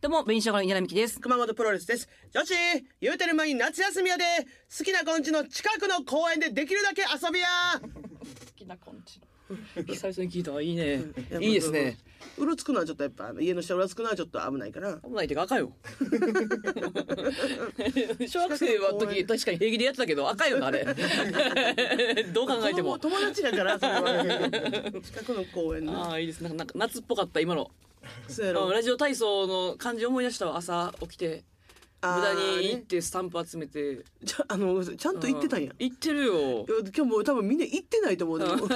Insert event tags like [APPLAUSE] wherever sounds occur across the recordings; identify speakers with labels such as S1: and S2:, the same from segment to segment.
S1: どうも、弁償家の稲田美希
S2: [LAUGHS]
S1: です。
S2: 熊本プロレスです。女子、言うてる間に夏休みやで、好きな根治の近くの公園でできるだけ遊びや
S1: 好きな感じ。久々に聞いたわ。いいね。
S2: や
S1: いいですね。
S2: うろつくのはちょっとやっぱ、あの家の下うろつくのはちょっと危ないから。
S1: 危ないってか赤
S2: [LAUGHS]
S1: よ。小学生は時、確かに平気でやってたけど、赤よな、
S2: [LAUGHS]
S1: あれ。どう考えても
S2: 子供。友達だから、それは。近くの公園の。
S1: ああ、いいですね。なんか夏っぽかった、今の。
S2: そうや
S1: うん
S2: ろ。
S1: ラジオ体操の感じ思い出したわ。朝起きて、
S2: あー
S1: 無駄に行っ
S2: ね
S1: てスタンプ集めて。
S2: ちゃあの、ちゃんと行ってたんや
S1: う。行ってるよ
S2: い。や今日もう多分みんな行ってないと思うね行こ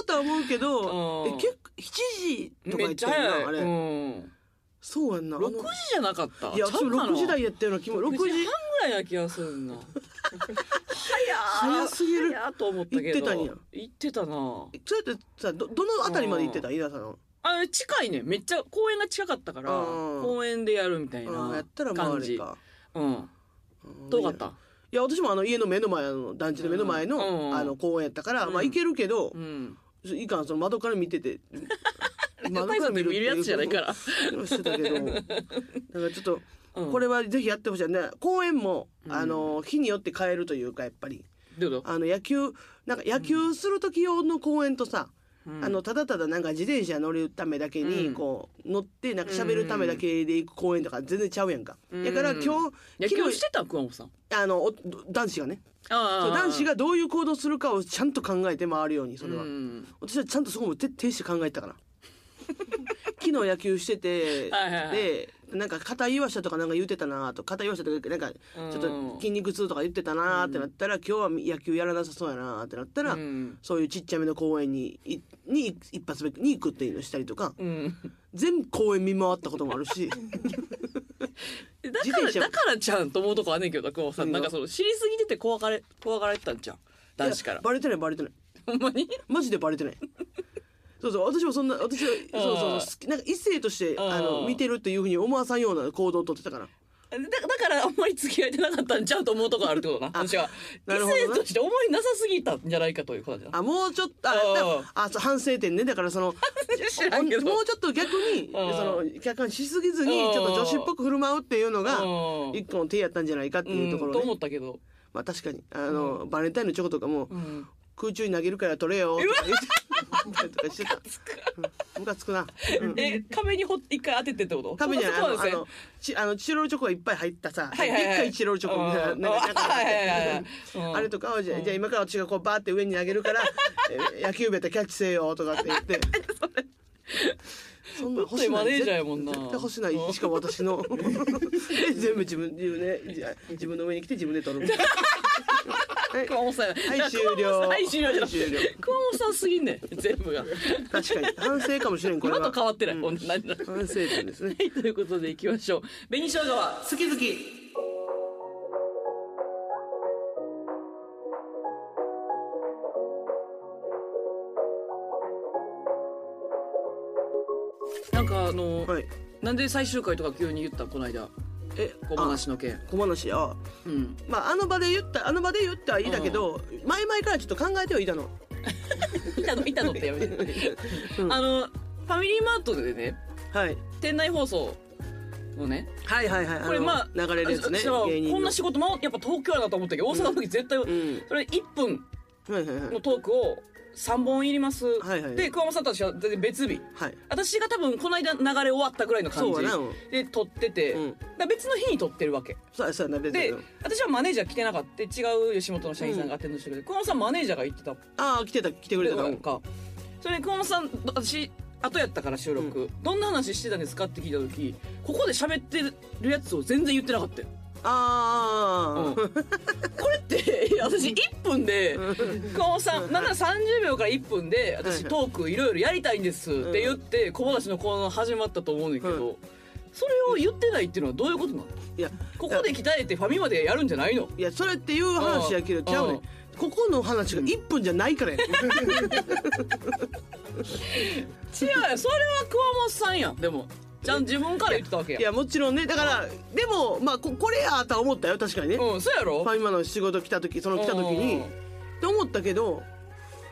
S2: うとは思うけど
S1: うん
S2: え結構7時とか
S1: め
S2: 行
S1: っ
S2: っ
S1: ち
S2: て
S1: ゃ
S2: ん
S1: 早い。
S2: なあ
S1: う
S2: れ
S1: ん。
S2: そうやんなあの
S1: 6時じゃなかった。
S2: いや
S1: ちゃう
S2: 私
S1: かな
S2: も6時台やったような気も6
S1: 6時半
S2: 時
S1: ぐらいな気がするな早
S2: 早すぎる
S1: 早と思ったけど
S2: 行ってたんや
S1: 行ってたな
S2: それってさどどの辺りまで行ってた稲田さんの
S1: あ近いねめっちゃ公園が近かったから
S2: うん
S1: 公園でやるみたい
S2: ああや
S1: な
S2: ったらまああ
S1: 感
S2: れ
S1: じ
S2: か
S1: うん遠かった
S2: いや私もあの家の目の前あの団地の目の前
S1: うん
S2: のあの公園やったから
S1: うん
S2: まあ行けるけど
S1: うん
S2: いかんその窓から見
S1: [LAUGHS]
S2: てて
S1: ラジオ体操で見るやつじゃないからら
S2: して
S1: [LAUGHS]
S2: たけどだからちょっと
S1: うん
S2: これはぜひやってほしいね公園も
S1: うん
S2: あの日によって変えるというかやっぱり
S1: どういうこ
S2: あの野球なんか野球する時用の公園とさ
S1: とうん
S2: あのただただなんか自転車乗るためだけ
S1: うん
S2: にこう乗ってなんか喋るためだけで行く公園とか全然ちゃうやんか
S1: うん
S2: だから今日
S1: 野
S2: 昨
S1: 球
S2: 日
S1: してた熊本さん
S2: あのお男子がね
S1: あ
S2: そう男子
S1: が
S2: がどういう行動するかをちゃんと考えて回るようにそれは、私はちゃんとそこも徹底して考
S1: [LAUGHS]
S2: えたから昨日野球してて
S1: はいはいはい
S2: でなんか肩岩下とかなんか言ってたなと肩岩下とかなんかちょっ
S1: うん
S2: と筋肉痛とか言ってたなってなったら、今日は野球やらなさそうやなってなったら、
S1: うん
S2: そういうちっちゃめの公園にいに一発目に行くっていうのしたりとか
S1: うん
S2: 全公園見回ったこともあるし
S1: だ
S2: 自
S1: から
S2: 転車
S1: だからちゃんと思うとこあんねんけどな熊本さんな
S2: 何が
S1: んかその知りすぎてて怖がれ怖がられてたんじゃん [LAUGHS] 男子から
S2: いやバレてないバレてない
S1: ほんまに
S2: マジでバレてない。そうそう私もそんな私はそうそうそう好きなんか異性として
S1: ん
S2: あの見てるっていうふうに思わさんような行動をとってたから
S1: だだからあんまり付き合えてなかったんちゃうと思うとこあるってことな私は異
S2: なるほどね
S1: 性として思いなさすぎたんじゃないかということだな
S2: あもうちょっとあ
S1: うん
S2: だからあそう反省点ねだからその
S1: [LAUGHS] 知らんけど
S2: おもうちょっと逆にそ
S1: うん
S2: の客観視しすぎずに
S1: うん
S2: ちょっと女子っぽく振る舞うっていうのが
S1: うん
S2: 一個の手やったんじゃないかっていうとこ
S1: うん
S2: ろ
S1: と
S2: ね
S1: 思ったけど、
S2: まあ確かにあのバレンタインのチョコとかも
S1: うん、
S2: 空中に投げるから取れよとか言ってとかして [LAUGHS] たムカつくなうん
S1: え壁にほ一回当ててってこと
S2: 食べじゃないあ
S1: そん
S2: の
S1: な
S2: あ
S1: とこ
S2: のちあのチロルチョコがいっぱい入ったさ、
S1: はいはいはい
S2: でっかいチロルチョコみたいな
S1: うん
S2: なんかなんか
S1: はいはいはいはいうん
S2: あれとかをじゃ,、じゃあ今から私がこうバーって上に投げ
S1: [LAUGHS]
S2: るから、えー野球部やったらキャッチせよとかって言って。そんな欲しな
S1: 打
S2: い
S1: ってマネージャーやもんな
S2: 絶対欲しないしかも私ので [LAUGHS] 全部自分自分ねじゃあ自分の上に来て自分で取
S1: [LAUGHS]
S2: る
S1: なんか熊本さんや
S2: はい
S1: いや
S2: 終
S1: 熊本さん
S2: 了
S1: はい終了じゃなく
S2: はい終
S1: て熊本さんすぎんねん全部が
S2: 確かに反省かもしれんこれ
S1: 今と
S2: は
S1: 変わってない、
S2: うん
S1: ほんと何だ
S2: 反省点ですね
S1: はいということでいきましょう紅生姜は
S2: 好き好き
S1: なんかあの、
S2: はい
S1: なんで最終回とか急に言ったんこの間
S2: え
S1: 小話の件
S2: あ小話や
S1: うん
S2: まあ、あの場で言ったあの場で言ったらいいだけど、前々からちょっと考えてはいたの
S1: 板の板のってやめて、 [LAUGHS] あのファミリーマートでね
S2: はい
S1: 店内放送のね
S2: はいはいはい
S1: これ
S2: の
S1: まあ
S2: 流れるやつね
S1: 私は
S2: 芸人の
S1: こんな仕事もやっぱ東京やなと思ったけど大阪の時絶対、
S2: ん
S1: それ1分
S2: はいはいはい
S1: のトークを3本いります、
S2: はいはい
S1: で桑本さんと私は全然別日
S2: はい
S1: 私が多分この間流れ終わったぐらいの感
S2: そうやなうん
S1: じで撮ってて、
S2: うん
S1: だから別の日に撮ってるわけ
S2: そうやそうやな別
S1: で
S2: に
S1: 私はマネージャー来てなかった違う吉本の社員さんがアテンドしてくれて桑本さんマネージャーが行ってた
S2: ああ来てた来てくれ
S1: で
S2: た
S1: な
S2: うんん
S1: かそれで熊本さんど私後やったから収録、どんな話してたんですかって聞いた時ここで喋ってるやつを全然言ってなかったよ、
S2: ああ、
S1: これって [LAUGHS] 私1分で熊本さんなんなら30秒から1分で
S2: はい
S1: 私
S2: はい
S1: トークいろいろやりたいんですって言って小話のコーナー始まったと思うねんだけど、
S2: は
S1: それを言ってないっていうのはどういうことなの
S2: [LAUGHS] いや
S1: ここで鍛えてファミマでやるんじゃないの
S2: いやそれっていう話やけど
S1: うん
S2: ちゃうねんここの話が1分じゃないからや、
S1: 違うよそれは熊本さんやんでもちゃんと自分から言ってたわけや
S2: いやもちろんねだから、でもまあここれやとは思ったよ確かにね、
S1: うんそうやろ
S2: ファミマの仕事来た時その来た時
S1: うん
S2: にって思ったけど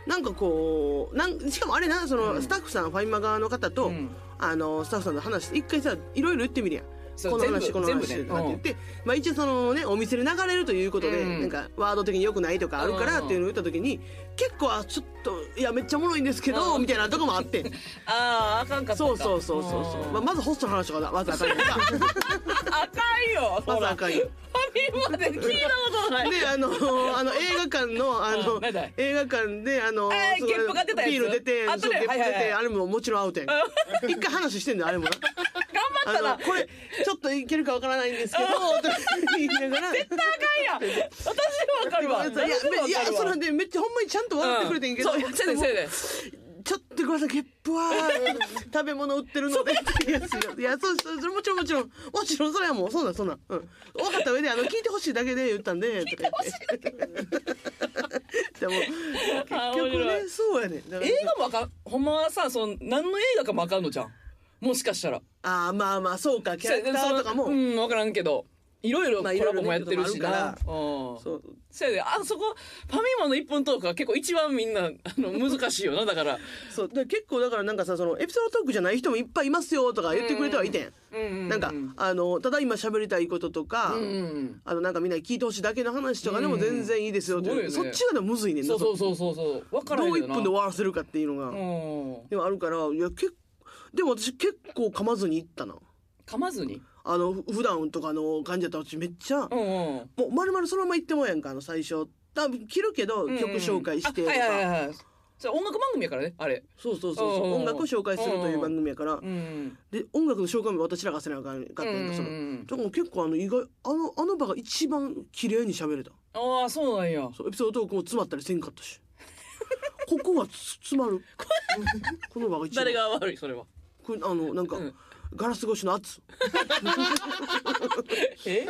S2: なんかこうなんしかもあれなその、スタッフさんファミマ側の方と、
S1: うん
S2: あのスタッフさんと話して一回さいろいろ言ってみるやん
S1: そう
S2: この
S1: 全部
S2: 話この話
S1: 全
S2: と
S1: 部
S2: か
S1: ね
S2: って言って、まあ、一応そのねお店で流れるということで、
S1: うん
S2: なんかワード的に良くないとかあるからっていうのを言った時に結構あちょっといやめっちゃおもろいんですけど、
S1: うん
S2: みたいなとこも
S1: [LAUGHS]
S2: あってん
S1: あああかんかった
S2: そうそうそうそうそう、まあ、まずホストの話とかまずあかんやんか
S1: ああかんよ
S2: ま
S1: ほ
S2: ず
S1: ら
S2: あかんよ
S1: ファミマで聞いたことない
S2: であのあの映画館のあの、
S1: うんなんだい
S2: 映画館であの
S1: あー
S2: その
S1: ゲップが出たやつ
S2: ビール出て
S1: あ
S2: そうゲップ出て、
S1: はいはいはい
S2: あれももちろんアウトやん一回話してんだよあれもな
S1: 頑張ったな
S2: あのこれちょっといけるかわからないんですけどとか言いながら
S1: 絶対あかんやん私もわかるわ
S2: いやめいやそれでめっちゃほんまにちゃんと笑ってくれてんけど、
S1: うん、そうせやねんせやねん
S2: ちょっとごめんなさいゲップは食べ物売ってるのでってやつがいやそうそうそれもちろんもちろんもちろんそれはもうそうなんそんなん、うん、分かった上であの聞いてほしいだけで言った
S1: [LAUGHS]
S2: んで聞いてほしいだけでも
S1: あー
S2: 結
S1: 面
S2: 局
S1: 白い
S2: ねそうやねだから
S1: 映画もわかんほんまはさその何の映画かもわかんのじゃんもしかしたら
S2: ああまあまあそうかキャラクターとかも、
S1: そのうんわからんけどいろいろコ
S2: まあいろ
S1: ラ
S2: い
S1: ボ
S2: ろね
S1: もやってるしな、
S2: こともあ
S1: うん
S2: るそう
S1: そうやであそこファミマの一本トークは結構一番みんなあの難しいよなだから
S2: そうで結構だからなんかさそのエピソードトークじゃない人もいっぱいいますよとか言ってくれてはいてん、
S1: うんうう
S2: なんかあのただ今喋りたいこととか、
S1: うんうん
S2: あのなんかみんなに聞いてほしいだけの話とかでも全然いいですよっていう、
S1: うんすごいよ
S2: そっ
S1: ね
S2: ちがねむずいねんな
S1: そうそうそうそうそうわからへ
S2: ど
S1: ん
S2: う
S1: よ
S2: 一
S1: な
S2: 分で終わらせるかっていうのが、
S1: うん
S2: でもあるからいやけでも私結構噛まずにいったな
S1: 噛まずに
S2: あのふ普段とかの感じやったら私めっち
S1: うんう
S2: ゃ、
S1: ん
S2: もう丸々そのまま言ってもうやんかあの最初多分切るけど曲紹介してと
S1: あ
S2: か、
S1: はいはいはいはいそれ音楽番組やからねあれ
S2: そうそうそうそう
S1: うんうんうん
S2: 音楽を紹介するという番組やから、
S1: うん
S2: で音楽の紹介も私らがせなあかんかったやんか、その
S1: ん
S2: だから結構あの意外あのあの場が一番綺麗に喋れた
S1: ああそうなんや
S2: そうエピソードトークも詰まったりせんかった
S1: [LAUGHS]
S2: しここはつ詰まるこの場が一番
S1: 誰が悪いそれは
S2: これあのなんか、
S1: うん
S2: ガラス越しの圧
S1: え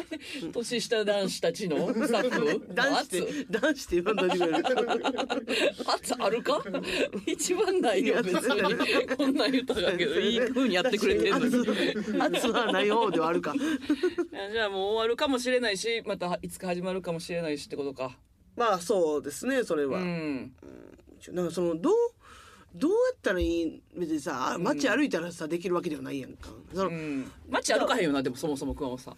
S1: 年下男子たちのスタッフ
S2: 男子って男子って言わんといてくれる
S1: 圧圧あるか一番ないよ別
S2: いやそう
S1: にこんなん言ったらあかんけどいい風にやってくれてるのに
S2: 圧圧はない方ではあるか
S1: じゃあもう終わるかもしれないしまたいつか始まるかもしれないしってことか
S2: まあそうですねそれ
S1: う
S2: は、
S1: ん
S2: なんかそのどうどうやったらいい別にさあ街歩いたらさできるわけではないやんかその、
S1: うん街歩かへんよなでもそもそも熊本さん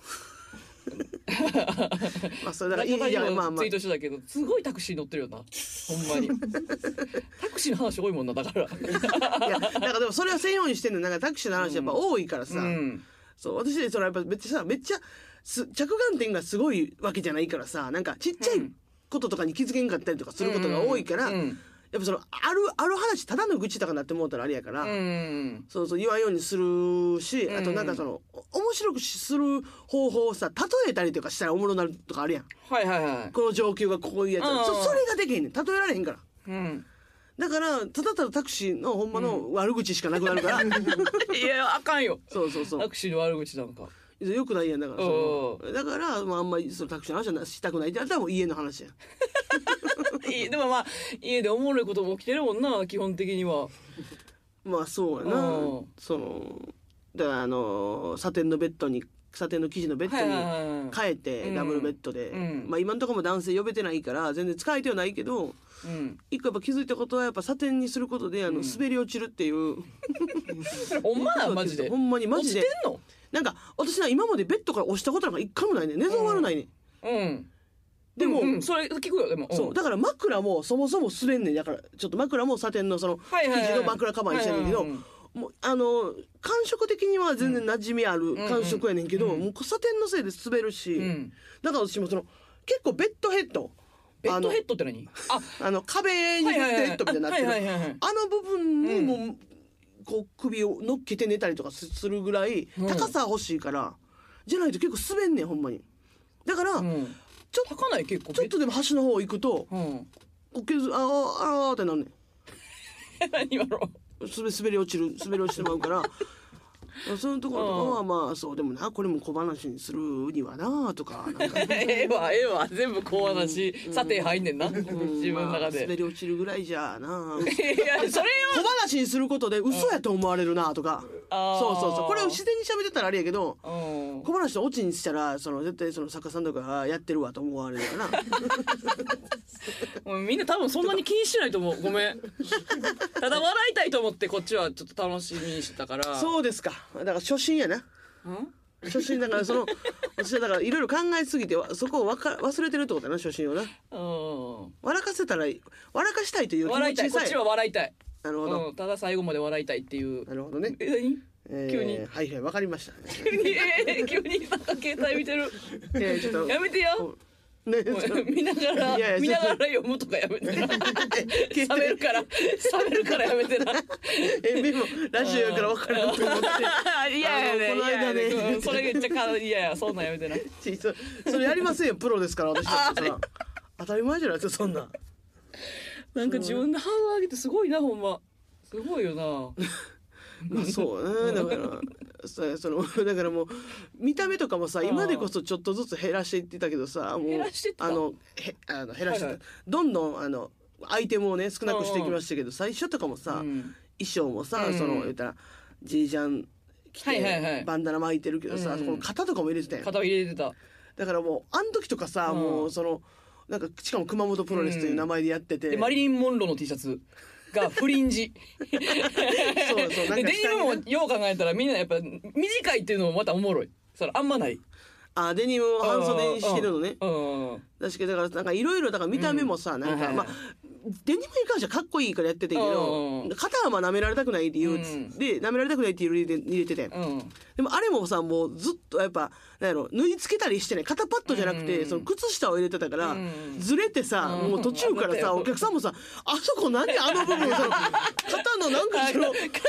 S2: まあそれだからいいいやまあ
S1: 今
S2: まあ
S1: ツイートしてたけどすごいタクシー乗ってるよなほん
S2: [LAUGHS]
S1: まにタクシーの話多いもんなだから
S2: いや、なんかでもそれは専用にしてんの、なんかタクシーの話やっぱ多いからさ、
S1: うん
S2: そう、私、そのやっぱ別にさ、めっちゃ、す着眼点がすごいわけじゃないからさ、なんかちっちゃ
S1: う
S2: い
S1: ん
S2: こととかに気づけんかったりとかすることが多いから、
S1: う
S2: や
S1: ん
S2: っぱその、ある、ある話、ただの愚痴とかなって思うたらあれやから、
S1: うん
S2: そうそう、言わんようにするし、
S1: うん
S2: あとなんかその、お面白くする方法をさ、例えたりとかしたらおもろなるとかあるやん。
S1: はいはいはい
S2: この状況がこういうやつ
S1: うんうん
S2: だ。そそれができへんねん。例えられへんから。 [LAUGHS]
S1: うん
S2: だから、ただただタクシーのほんまの悪口しかなくな
S1: [LAUGHS]
S2: るから、
S1: いやあかんよ
S2: そうそうそう
S1: タ。クシーの悪口なんか [LAUGHS]
S2: よくないやんだから
S1: お
S2: そのだから、まあ、あんまりそのタクシーの話はしたくないってなったらもう家の話やん
S1: いいでもまあ家でおもろいことも起きてるもんな基本的には
S2: まあそうやな
S1: おう
S2: そのだからあのサテンのベッドにサテンの生地のベッ
S1: はいはい
S2: ド
S1: はい
S2: に
S1: は
S2: 変えて、
S1: うん
S2: ダブルベッドで、
S1: うん
S2: まあ、今のところも男性呼べてないから全然使えてはないけど
S1: いうん
S2: 一個やっぱ気づいたことはやっぱサテンにすることであの滑り落ちるっていう、
S1: ほんまなんマジで
S2: ほんまにマジで
S1: 落ちてんの
S2: なんか私な今までベッドから押したことなんか一回もないねん寝相悪ないねん、
S1: うん
S2: でも、
S1: うんうんそれ聞くよでも
S2: そうだから枕もそもそも滑んねんだからちょっと枕もサテンのその
S1: は
S2: 生
S1: いはいはい
S2: 地の枕カバーにしてんねんけ
S1: は
S2: ど
S1: いはいはい
S2: もうあの感触的には全然馴染みある感触やねんけど、
S1: うんうん
S2: もうサテンのせいで滑るし、
S1: うんうん
S2: だから私もその結構ベッドヘッド
S1: ベッドヘ
S2: ッ
S1: ッドって何あ
S2: ドあの壁にベ
S1: はいはいはい
S2: ッドヘッドみたいになってる、
S1: はいはいはいはい
S2: あの部分にも、うこう首を乗っけて寝たりとかすするぐらい
S1: うん
S2: 高さ欲しいから、じゃないと結構滑んねんほんまにだから、
S1: うん
S2: ちょ
S1: 高ない結構
S2: ちょっとでも端の方行くと
S1: うん
S2: こう削あーあーってなんねん
S1: 何やろ
S2: 滑滑り落ちる滑り落ちてまうから [LAUGHS] そういうところとかはまあそうでもなこれも小話にするにはなとかなんか
S1: [LAUGHS] ええわええわ全部小話査定入んねん [LAUGHS] な自分の中
S2: まあ滑
S1: で
S2: り落ちるぐらいじゃあ
S1: [LAUGHS]
S2: な
S1: いやそれ
S2: 小話にすることで嘘やと思われるなとか
S1: あー
S2: そうそうそうこれを自然に喋ってたらあれやけど
S1: はうん
S2: こ小話とオチにしたらその絶対その作家さんとかあやってるわと思われるから
S1: [LAUGHS] うんみんな多分そんなに気にしてないと思うご [LAUGHS] めんただ笑いたいと思ってこっちはちょっと楽しみにしてたから
S2: そうですかだから初心やな
S1: うん
S2: 初心だからその [LAUGHS] 私はだからいろいろ考えすぎてわそこをわか忘れてるってことだな初心をな
S1: うん
S2: 笑かせたらいい笑かしたいという気
S1: 笑
S2: 持
S1: いた
S2: ち
S1: いこ
S2: さ
S1: っ
S2: え
S1: ちは笑いたい、
S2: なるほど、
S1: うん、ただ最後まで笑いたいっていう
S2: なるほどね、
S1: え何
S2: えー
S1: 急に
S2: はいはいわかりました、
S1: [LAUGHS] 急にえー急になんか携帯見てる
S2: えーちょっと
S1: やめてよ
S2: [LAUGHS] ね
S1: も [LAUGHS] う見なが
S2: いや
S1: ら
S2: いや
S1: 見ながら読むとかやめて [LAUGHS] な
S2: 携
S1: 冷めるから冷めるからやめ [LAUGHS] てな
S2: えメモラジオやからわかると思っ
S1: い
S2: て
S1: やいや
S2: あのこの間ね
S1: いやいやうんそれめっちゃかいやいやそんなんやめてな
S2: ちそそれやりませんよプロですから私だってさ当たり前じゃないですかそんな
S1: なんか自分のハード上げてすごいなほんますごいよな
S2: まあそうねだからさそのだからもう見た目とかもさ
S1: うん
S2: 今でこそちょっとずつ減らしていってたけどさもう
S1: 減らしてった
S2: あのへあの減らしてた、
S1: はいはい
S2: どんどんあのアイテムをね少なくしていきましたけど最初とかもさ、
S1: うん
S2: 衣装もさ、
S1: うん
S2: その言ったらジージャン着て、
S1: はいはいはい
S2: バンダナ巻いてるけどさ、
S1: うん
S2: この肩とかも入れてたやん
S1: 肩を入れてた
S2: だからもうあの時とかさ、
S1: うん
S2: もうそのなんかしかも熊本プロレスという名前でやってて、
S1: でマリリン・モンローの T シャツがフリン
S2: [LAUGHS]
S1: ジ
S2: そうそうなん
S1: で
S2: か
S1: デニ
S2: 下
S1: ム
S2: に
S1: も
S2: ね
S1: よう考えたらみんなやっぱ短いっていうのもまたおもろいそれあんまない
S2: あデニムを半袖にしてるのね
S1: うんうん
S2: 確かにだからなんかいろいろだから見た目もさ、
S1: うん
S2: なんか、
S1: はいはい
S2: まあデニムに関してはかっこいいからやっててんけ
S1: うん
S2: ど、
S1: うん
S2: 肩はまあ舐められたくない理由つ、
S1: うん
S2: で舐められたくないっていう理由で入れてて、
S1: うん
S2: でもあれもさもうずっとやっぱなんやろ縫い付けたりしてね肩パッドじゃなくて、
S1: うん
S2: その靴下を入れてたから、
S1: うん
S2: ずれてさ、
S1: うん
S2: もう途
S1: [LAUGHS]
S2: 中からさ、
S1: うん
S2: お客さんもさあそこ何あの部分その肩のなんか
S1: [LAUGHS]
S2: そのなんか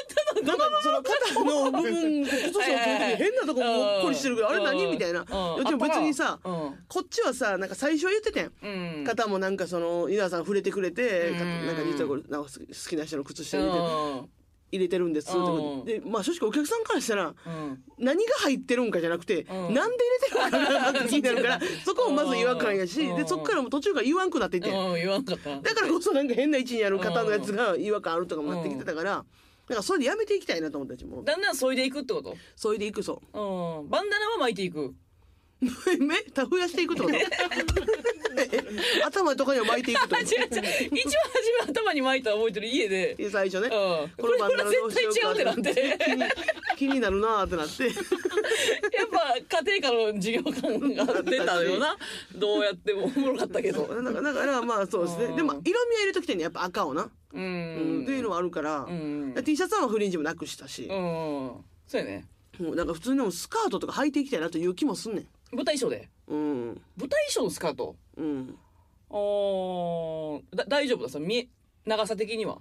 S2: その肩の部分靴下を取る時変なとこもっこりしてるからあれ何みたいな。
S1: うん
S2: でも別にさ
S1: うん
S2: こっちはさなんか最初は言っててん
S1: うん
S2: 肩もなんかその稲田さん触れてくれて、
S1: うん
S2: なんか実はこれなんか好きな人の靴下入れて
S1: うん
S2: 入れてるんですってことででまあ正直お客さんからしたら
S1: うん
S2: 何が入ってるんかじゃなくて、
S1: うん
S2: なんで入れてるのかなって気になる
S1: [LAUGHS]
S2: からそこもまず違和感やし、
S1: うん
S2: でそっからもう途中から言わんくなっていて、
S1: うん言わんかった
S2: だからこそなんか変な位置にある方のやつが違和感あるとかもなってきてたから、なんかそれでやめていきたいなと思ったちもう
S1: だんだんそいでいくってこと
S2: それでいくそ
S1: うんバンダナは巻いていく
S2: う目た増やしていくってことえ [LAUGHS] 頭とかには巻いていくっ
S1: [LAUGHS]
S2: て
S1: あ違
S2: こ
S1: う違う一番初め頭に巻いたの覚えてる家で
S2: と最初ね、
S1: うんこ
S2: こ
S1: れ
S2: の
S1: こ
S2: バンダナど
S1: れ
S2: うしよう
S1: 絶対違うってなってや
S2: 気に気になるなーってなって
S1: っぱ家庭科の授業感が出たよ [LAUGHS] などうやってもおもろかったけど
S2: そうなんかだからまあそうですね、
S1: うん
S2: でも色味は入れときてねやっぱ赤をな、
S1: う
S2: うん
S1: ん
S2: っていうのはあるから、
S1: うん
S2: で T シャツはフリンジもなくしたし、
S1: うんそうやね
S2: もうなんか普通にでもスカートとか履いていきたいなという気もすんねん
S1: 舞台衣装で
S2: うん
S1: 舞台衣装のスカート
S2: うん
S1: おだ大丈夫ださ見え長さ的には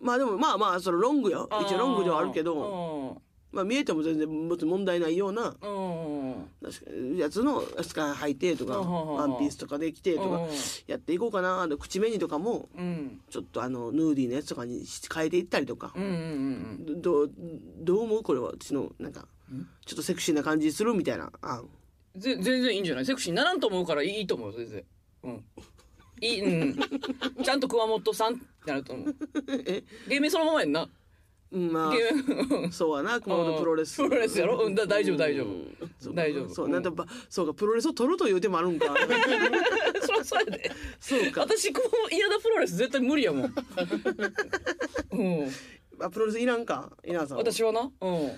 S2: まあでもまあまあそのロングよ一応ロングではあるけど
S1: ど
S2: まあ見えても全然別に問題ないような
S1: うんうん
S2: 確かにやつのスカート履いてとか
S1: うんうんうん
S2: ワンピースとかで着てと
S1: う
S2: か
S1: ん
S2: やっていこうかなあの口紅とかも
S1: うん
S2: ちょっとあのヌーディーのやつとかに変えていったりとか
S1: うんうんうん
S2: どどどう思うこれは私のなんかちょっとセクシーな感じするみたいな案
S1: ぜ全然いいんじゃないセクシーにならんと思うからいいと思うよ全然うんいい
S2: [LAUGHS]
S1: うんちゃんと熊本さんってなると思う
S2: え
S1: 芸名そのままやんな
S2: うんまあ
S1: 芸名
S2: そうはな熊本プロレス
S1: プロレスやろうんだ大丈夫大丈夫
S2: うんそう
S1: 大丈夫
S2: そう
S1: うん
S2: なんだやっぱそうかプロレスを取るという手もあるんか [LAUGHS]
S1: そりゃそうやで
S2: そうか
S1: 私この嫌だプロレス絶対無理やもんうん
S2: あプロレスいらんか稲田さんは
S1: 私はなうん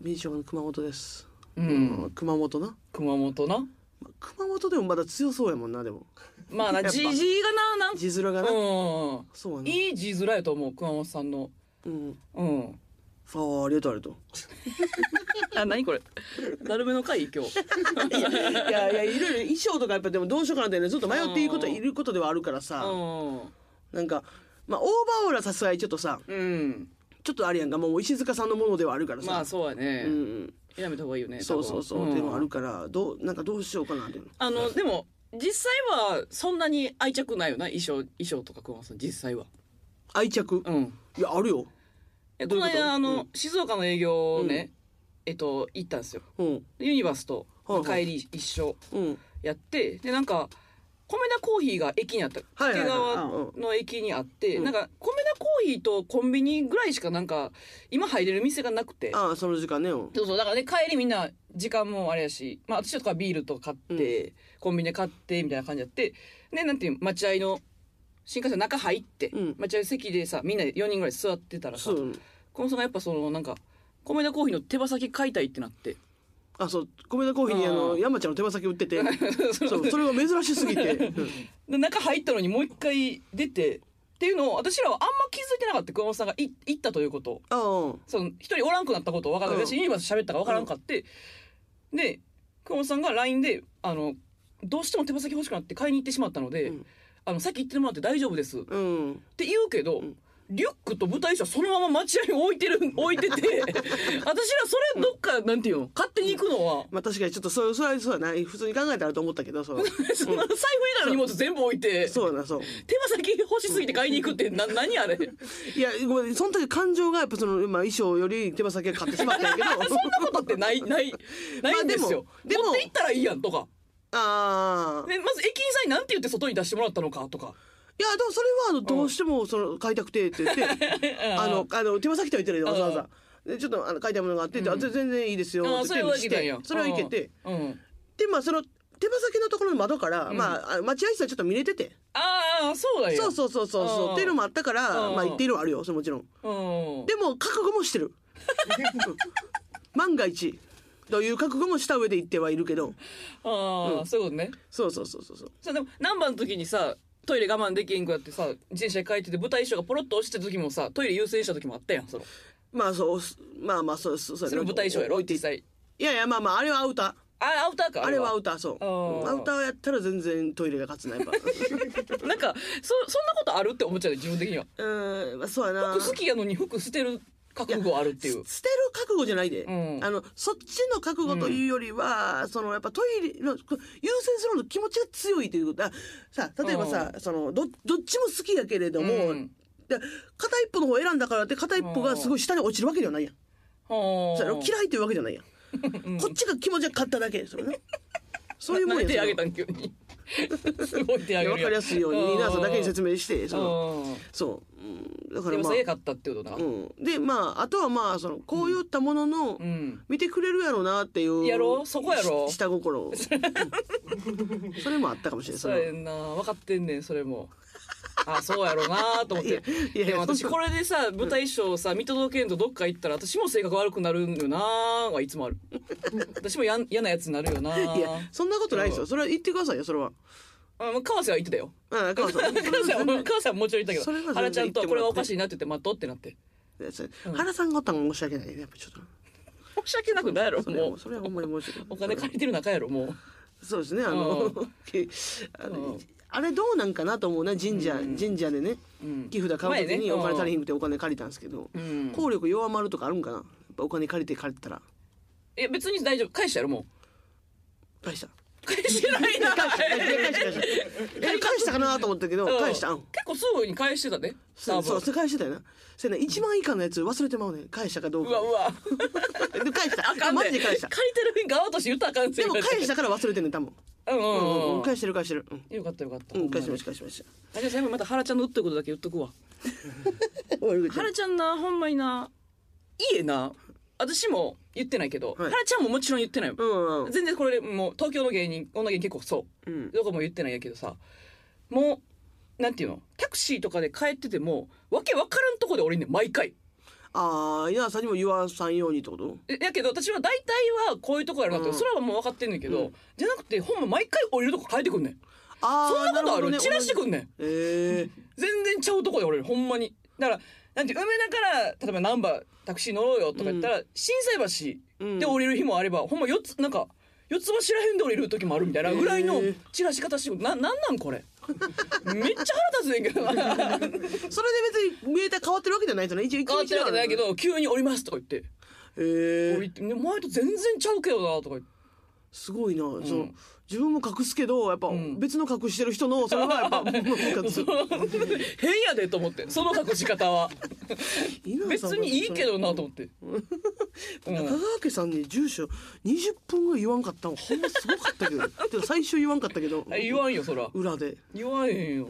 S2: 名称が熊本です、
S1: う
S2: うんん熊本な
S1: 熊本な
S2: ま熊本でもまだ強そうやもんなでも
S1: まあな
S2: やっぱ
S1: じじいがななん
S2: 字面がな、
S1: うん
S2: そうやな、
S1: いい字面やと思う熊本さんの
S2: うん
S1: うん
S2: ファーありがとうありがとう
S1: あ何これだるめの回今日
S2: いやいやいろいろ衣装とかやっぱでもどうしようかなってねずっと迷っていること
S1: うん
S2: いることではあるからさ、
S1: うん
S2: なんかまあオーバーオールはさすがにちょっとさ
S1: うん
S2: ちょっとあれやんかもう石塚さんのものではあるからさ、
S1: まあそうやね、
S2: うんうん
S1: やめた方がいいよね
S2: そうそうそう、
S1: 多分
S2: でもあるからどうなんかどうしようかなっていうの
S1: あのでも実際はそんなに愛着ないよな衣装衣装とか熊本さん実際は
S2: 愛着
S1: うん
S2: いやあるよ
S1: え
S2: ど
S1: こ
S2: う
S1: の
S2: いうこと
S1: 間あの、
S2: うん
S1: 静岡の営業をね、えっと行ったんですよ
S2: うん
S1: ユニバースと
S2: はいはい
S1: 帰り一緒
S2: うん
S1: やってでなんか米田コーヒーが駅にあった
S2: はいはい
S1: 掛
S2: はい
S1: 川の駅にあって、
S2: うん
S1: なんか米田コーヒーとコンビニぐらいしかなんか今入れる店がなくて
S2: ああその時間ねうん
S1: そうそうだからね帰りみんな時間もあれやし、まあ、私とかはビールとか買って、コンビニで買ってみたいな感じやってでなんていうの待合の新幹線の中入って、
S2: うん
S1: 待合席でさみんなで4人ぐらい座ってたらさ
S2: そう
S1: コンさんがやっぱそのなんか米田コーヒーの手羽先買いたいってなって
S2: あそう米田コーヒーにあ
S1: あ
S2: の
S1: ー
S2: 山ちゃんの手羽先売って [LAUGHS] て [LAUGHS] そうそれが珍しすぎ [LAUGHS] て、う
S1: [LAUGHS] で
S2: ん
S1: 中入ったのにもう一回出てっていうのを私らはあんま気づいてなかった熊本さんがい行ったということを
S2: ああ
S1: その一人おらんくなったことを分からな
S2: う
S1: い
S2: ん
S1: 私ユニバース喋ったから分からんかって、で熊本さんが LINE であのどうしても手羽先欲しくなって買いに行ってしまったので、
S2: うん
S1: あのさっき言ってもらって大丈夫ですっ
S2: うん
S1: て言うけど、
S2: ん
S1: リュックと舞台衣装そのまま待合に置いてる置い
S2: [LAUGHS]
S1: てて私らそれどっか、なんていうの勝手に行くのは。
S2: まあ確かにちょっとそうそれはそうやな普通に考えたらと思ったけど [LAUGHS] そう
S1: その財布以外の荷物全部置いて
S2: そうやなそう
S1: 手羽先欲しすぎて買いに行くってな何
S2: [LAUGHS]
S1: あれ
S2: いやごめんその時感情がやっぱその、まあ、衣装より手羽先を買ってしまったんやけ [LAUGHS] ど
S1: そんなことってない、ない、ないんですよ。
S2: まあでもでも
S1: 持って行ったらいいやんとか。
S2: ああ
S1: で、まず駅員さんになんて言って外に出してもらったのかとか。
S2: いやでもそれはあのどうしてもその買いたくてって言ってあのあの手羽先とは言ってないでわざわざ。でちょっとあの買いたいものがあってって、あ全然いいですよ
S1: あ
S2: っ
S1: あ、
S2: て
S1: それ
S2: 言っ
S1: は
S2: て
S1: い
S2: し
S1: けたんや
S2: て。それはいけて、
S1: うん。うん。
S2: でまあその手羽先のところの窓から、
S1: うん
S2: まああ待合室はちょっと見れてて、
S1: ああ、そうだよ。
S2: そうそうそうそう
S1: あ
S2: そう
S1: ー
S2: っていうのもあったから、
S1: うん
S2: まあ言っているはあるよそれもちろん
S1: うん。
S2: でも覚悟も
S1: [LAUGHS]
S2: してるうん万が一という覚悟もした上で言ってはいるけど
S1: ああ、そういうことね。
S2: そうそうそうそうそう
S1: そう、でも、何番の時にさ、トイレ我慢できんくなってさ、自転車に帰ってて舞台衣装がポロッと落ちてた時もさ、トイレ優先した時もあったやん、その。
S2: まあそうすまあまあそうそうそう
S1: それも舞台衣装やろ、
S2: 置いてい
S1: 実
S2: い
S1: 際。
S2: いやいやまあまああれはアウター
S1: あ、アウターか。
S2: あれはアウターそう
S1: あー
S2: アウターやったら全然トイレが勝つなやっぱ
S1: [LAUGHS] なんか、そ、そんなことあるって思っちゃうね、自分的には。
S2: うーんまあそうやな
S1: 服好きやのに服捨てる覚悟あるっていう。
S2: 捨てる覚悟じゃないで、
S1: うん
S2: あのそっちの覚悟というよりは、そのやっぱトイレのこう優先するの気持ちが強いということださ例えばさ、そのどどっちも好きやけれども、
S1: うん
S2: で片一方の方を選んだからって片一方がすごい下に落ちるわけではないやん、
S1: はあ
S2: それ嫌いというわけじゃないやん、こっちが気持ちが勝っただけそれなそういうもん
S1: [LAUGHS] な
S2: や
S1: 手
S2: そ
S1: あげ
S2: れは
S1: たん急にすごい手あ
S2: い
S1: げる
S2: やわかりやすいように皆さんだけに説明してその
S1: 明
S2: そう、うん、だか
S1: で
S2: ら
S1: も
S2: まあ
S1: さえ、買ったってことだ
S2: うん、でまああとはまあそのこういったものの、
S1: うん
S2: 見てくれるやろうなっていう
S1: やろそこやろ
S2: し下心
S1: [LAUGHS]
S2: をうんそれもあったかもしれないそ
S1: そう
S2: れは
S1: やんな分かってんねんそれもあそうやろうなと思っ
S2: いや
S1: て
S2: いやいや
S1: でも私
S2: そんな
S1: これでさ舞台衣装さ見届けんとどっか行ったら私も性格悪くなるんよなーはいつ
S2: [LAUGHS]
S1: もある私もやん嫌なやつになるよなー
S2: いやそんなことないですよそれは言ってくださいよそれは
S1: あまあ川瀬は言ってたよ [LAUGHS]
S2: うん川さん
S1: 川瀬は川瀬はもうちょい言った
S2: それ
S1: けど
S2: は全然
S1: 原ちゃんとはこれはお
S2: 言
S1: か
S2: ってもらって
S1: しいなって言って待っとうってなって
S2: それ原さんがおったのが申し訳ないねやっぱちょっと
S1: 申し訳なくないやろ
S2: それは
S1: もう
S2: それはほんまに申し訳ない
S1: お金借りてる中やろもう
S2: そうですねあのあ
S1: う
S2: の
S1: ん
S2: [LAUGHS] あれどうなんかなと思うな神社神社でね
S1: うん
S2: 木札買う時
S1: 前
S2: に
S1: ね
S2: お金足りひんくてお金借りたんですけど
S1: うん
S2: 効力弱まるとかあるんかなやっぱお金借りて借りたら
S1: いや別に大丈夫返したやろも [LAUGHS]
S2: 返した
S1: う返してないな
S2: 返した返した返したえ
S1: [LAUGHS]
S2: 返したかなと思ったけど
S1: うん
S2: 返したうん
S1: 結構すぐに返してたね
S2: そう、そう
S1: 多分
S2: 世界してたよな。せやな、1万以下のやつ忘れてまうねん。返したかどう
S1: う
S2: か。
S1: わうわ
S2: で返した。あ
S1: あかんね
S2: マジで返した。
S1: 借りてる分側として言ったらあかん
S2: でも返したから忘れてんねん、多分。
S1: たうんう
S2: うんん、
S1: う
S2: うんん、返してる返してる。うん
S1: よかったよかった
S2: うん、返し
S1: ほんまに
S2: ました返しまし
S1: あじゃあ最後にまた原ちゃんの打ってることだけ言っとくわ
S2: た。おい、ゆうちゃん
S1: 原ちゃんなほんまにないいえな私も言ってないけど、
S2: はい
S1: 原ちゃんももちろん言ってないよ、
S2: うんうん。
S1: 全然これもう東京の芸人女芸人結構そう
S2: うん。
S1: どこも言ってないんやけどさもうなんていうのタクシーとかで帰っててもわけわからんとこで降りんねん毎回
S2: ああ、稲田さんにも言わさんようにってこと
S1: えやけど私は大体はこういうとこやろなって、
S2: うん
S1: それはもう分かってんねんけど、
S2: うん
S1: じゃなくてほんま毎回降りるとこ変えてくんねん
S2: ああ、
S1: そんなことある
S2: ね
S1: 散らしてくんねん
S2: え
S1: 全然ちゃうとこで降りるほんまにだからなんていう梅田から例えば難波タクシー乗ろうよとか言ったら、心斎橋で降りる日もあれば、ほんま四つなんか四つ橋らへんで降りる時もあるみたいなぐらいの
S2: へえ
S1: 散らし方してくるななんなんこれ [LAUGHS] めっちゃ腹立つねんけど [LAUGHS] な
S2: え。それで別にメーター変わってるわけじゃないんじゃない一応一日
S1: 変わってるわけないけ。ど急に降りますとか言って
S2: え
S1: 降
S2: え。
S1: りてね前と全然ちゃうけどなとか言って
S2: すごいな。その自分も隠すけど、やっぱ
S1: ん
S2: 別の隠してる人の、それはやっ
S1: [LAUGHS]
S2: ぱ、もう隠す。
S1: 変やでと思ってその隠し方 [LAUGHS] は [LAUGHS] 別にいいけどなと思ってうん
S2: 中川家さんに住所20分ぐらい言わんかったのほんますごかったけどてか最初言わんかったけど
S1: 言わんよそら
S2: 裏で
S1: 言わへんよ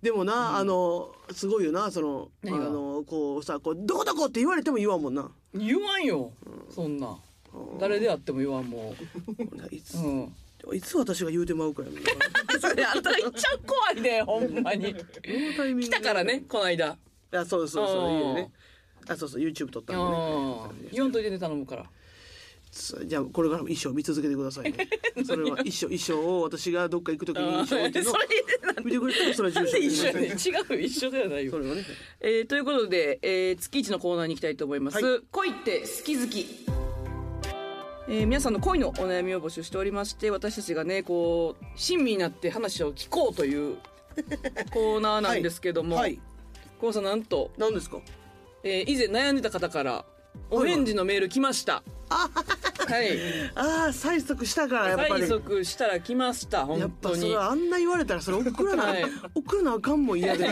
S2: でもな、あのすごいよなそのあ
S1: 何が
S2: のこうさこう「どこどこ!」って言われても言わんもんな
S1: 言わんよそんな誰であっても言わんも
S2: いつ
S1: う、うん、
S2: いつ私が言うてまうかやもんな
S1: [LAUGHS] それあんたいっちゃ怖いで [LAUGHS] ほんまに
S2: どのタイミングで
S1: 来たからねこの間
S2: あそうそうそ
S1: う
S2: う
S1: ん
S2: いいよねあそうそう YouTube 撮ったんで
S1: うん
S2: ね
S1: 言わんといてね頼むから
S2: そうじゃあこれからも一生見続けてくださいねそれは一生一生を私がどっか行くときに
S1: あー
S2: 一
S1: そ
S2: 生置
S1: れ
S2: いて
S1: で
S2: の見てくれたらそれは
S1: なん
S2: 住所
S1: で一緒やねん違
S2: ね
S1: う一緒ではない
S2: そ
S1: よ、
S2: れはね
S1: えー、ということで、えー、月一のコーナーに行きたいと思います、
S2: は
S1: 恋って好き好きえー皆さんの恋のお悩みを募集しておりまして私たちがねこう親身になって話を聞こうというコーナーなんですけども、
S2: はい
S1: コウさんなんと、
S2: 何ですか
S1: えー以前悩んでた方からオレンジのメール来ました
S2: [LAUGHS]
S1: はい
S2: ああ催促したからやっぱり
S1: 催促したら来ました
S2: やっ
S1: 本
S2: ぱ
S1: 当
S2: そ
S1: に
S2: れあんな言われたらそれ送らな、
S1: はい
S2: 送らなあかんもん
S1: [LAUGHS]
S2: 嫌で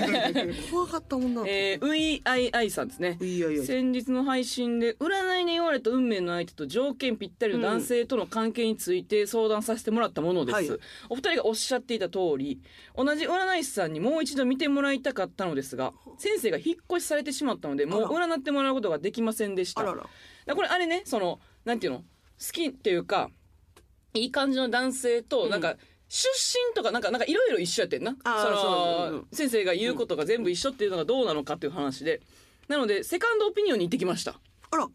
S2: 怖かったもんな、
S1: えー、ウイアイアイさんですね
S2: ウイアイアイ
S1: 先日の配信で占いに言われた運命の相手と条件ぴったりの男性との関係について相談させてもらったものです、
S2: はい
S1: お二人がおっしゃっていた通り同じ占い師さんにもう一度見てもらいたかったのですが先生が引っ越しされてしまったのでもう
S2: あ
S1: 占ってもらうことができませんでした
S2: あらら
S1: だからこれあれねそのなんていうの好きっていうかいい感じの男性となんか、出身とかなんかなんかいろいろ一緒やってんなそ
S2: あー
S1: の
S2: そううん
S1: 先生が言うことが全部一緒っていうのがどうなのかっていう話でなのでセカンドオピニオンに行ってきました
S2: あら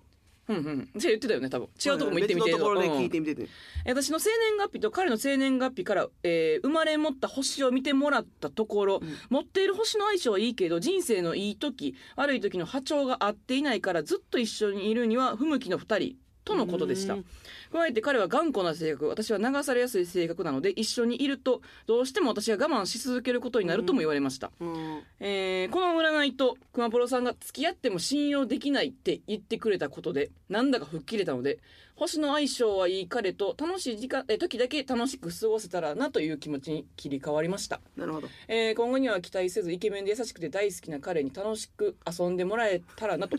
S1: うんうんじゃあ言ってたよね多分違うとこも行ってみて
S2: 別のところで聞い
S1: うん
S2: てみてて、
S1: 私の生年月日と彼の生年月日から、えー生まれ持った星を見てもらったところ、持っている星の相性はいいけど人生のいい時悪い時の波長が合っていないからずっと一緒にいるには不向きの2人とのことでした
S2: うん
S1: 加えて彼は頑固な性格私は流されやすい性格なので一緒にいるとどうしても私が我慢し続けることになるとも言われました、
S2: うん
S1: えーこの占いと熊プロさんが付き合っても信用できないって言ってくれたことでなんだか吹っ切れたので星の相性はいい彼と楽しい時間えー時だけ楽しく過ごせたらなという気持ちに切り替わりました、
S2: なるほど
S1: えー今後には期待せずイケメンで優しくて大好きな彼に楽しく遊んでもらえたらなと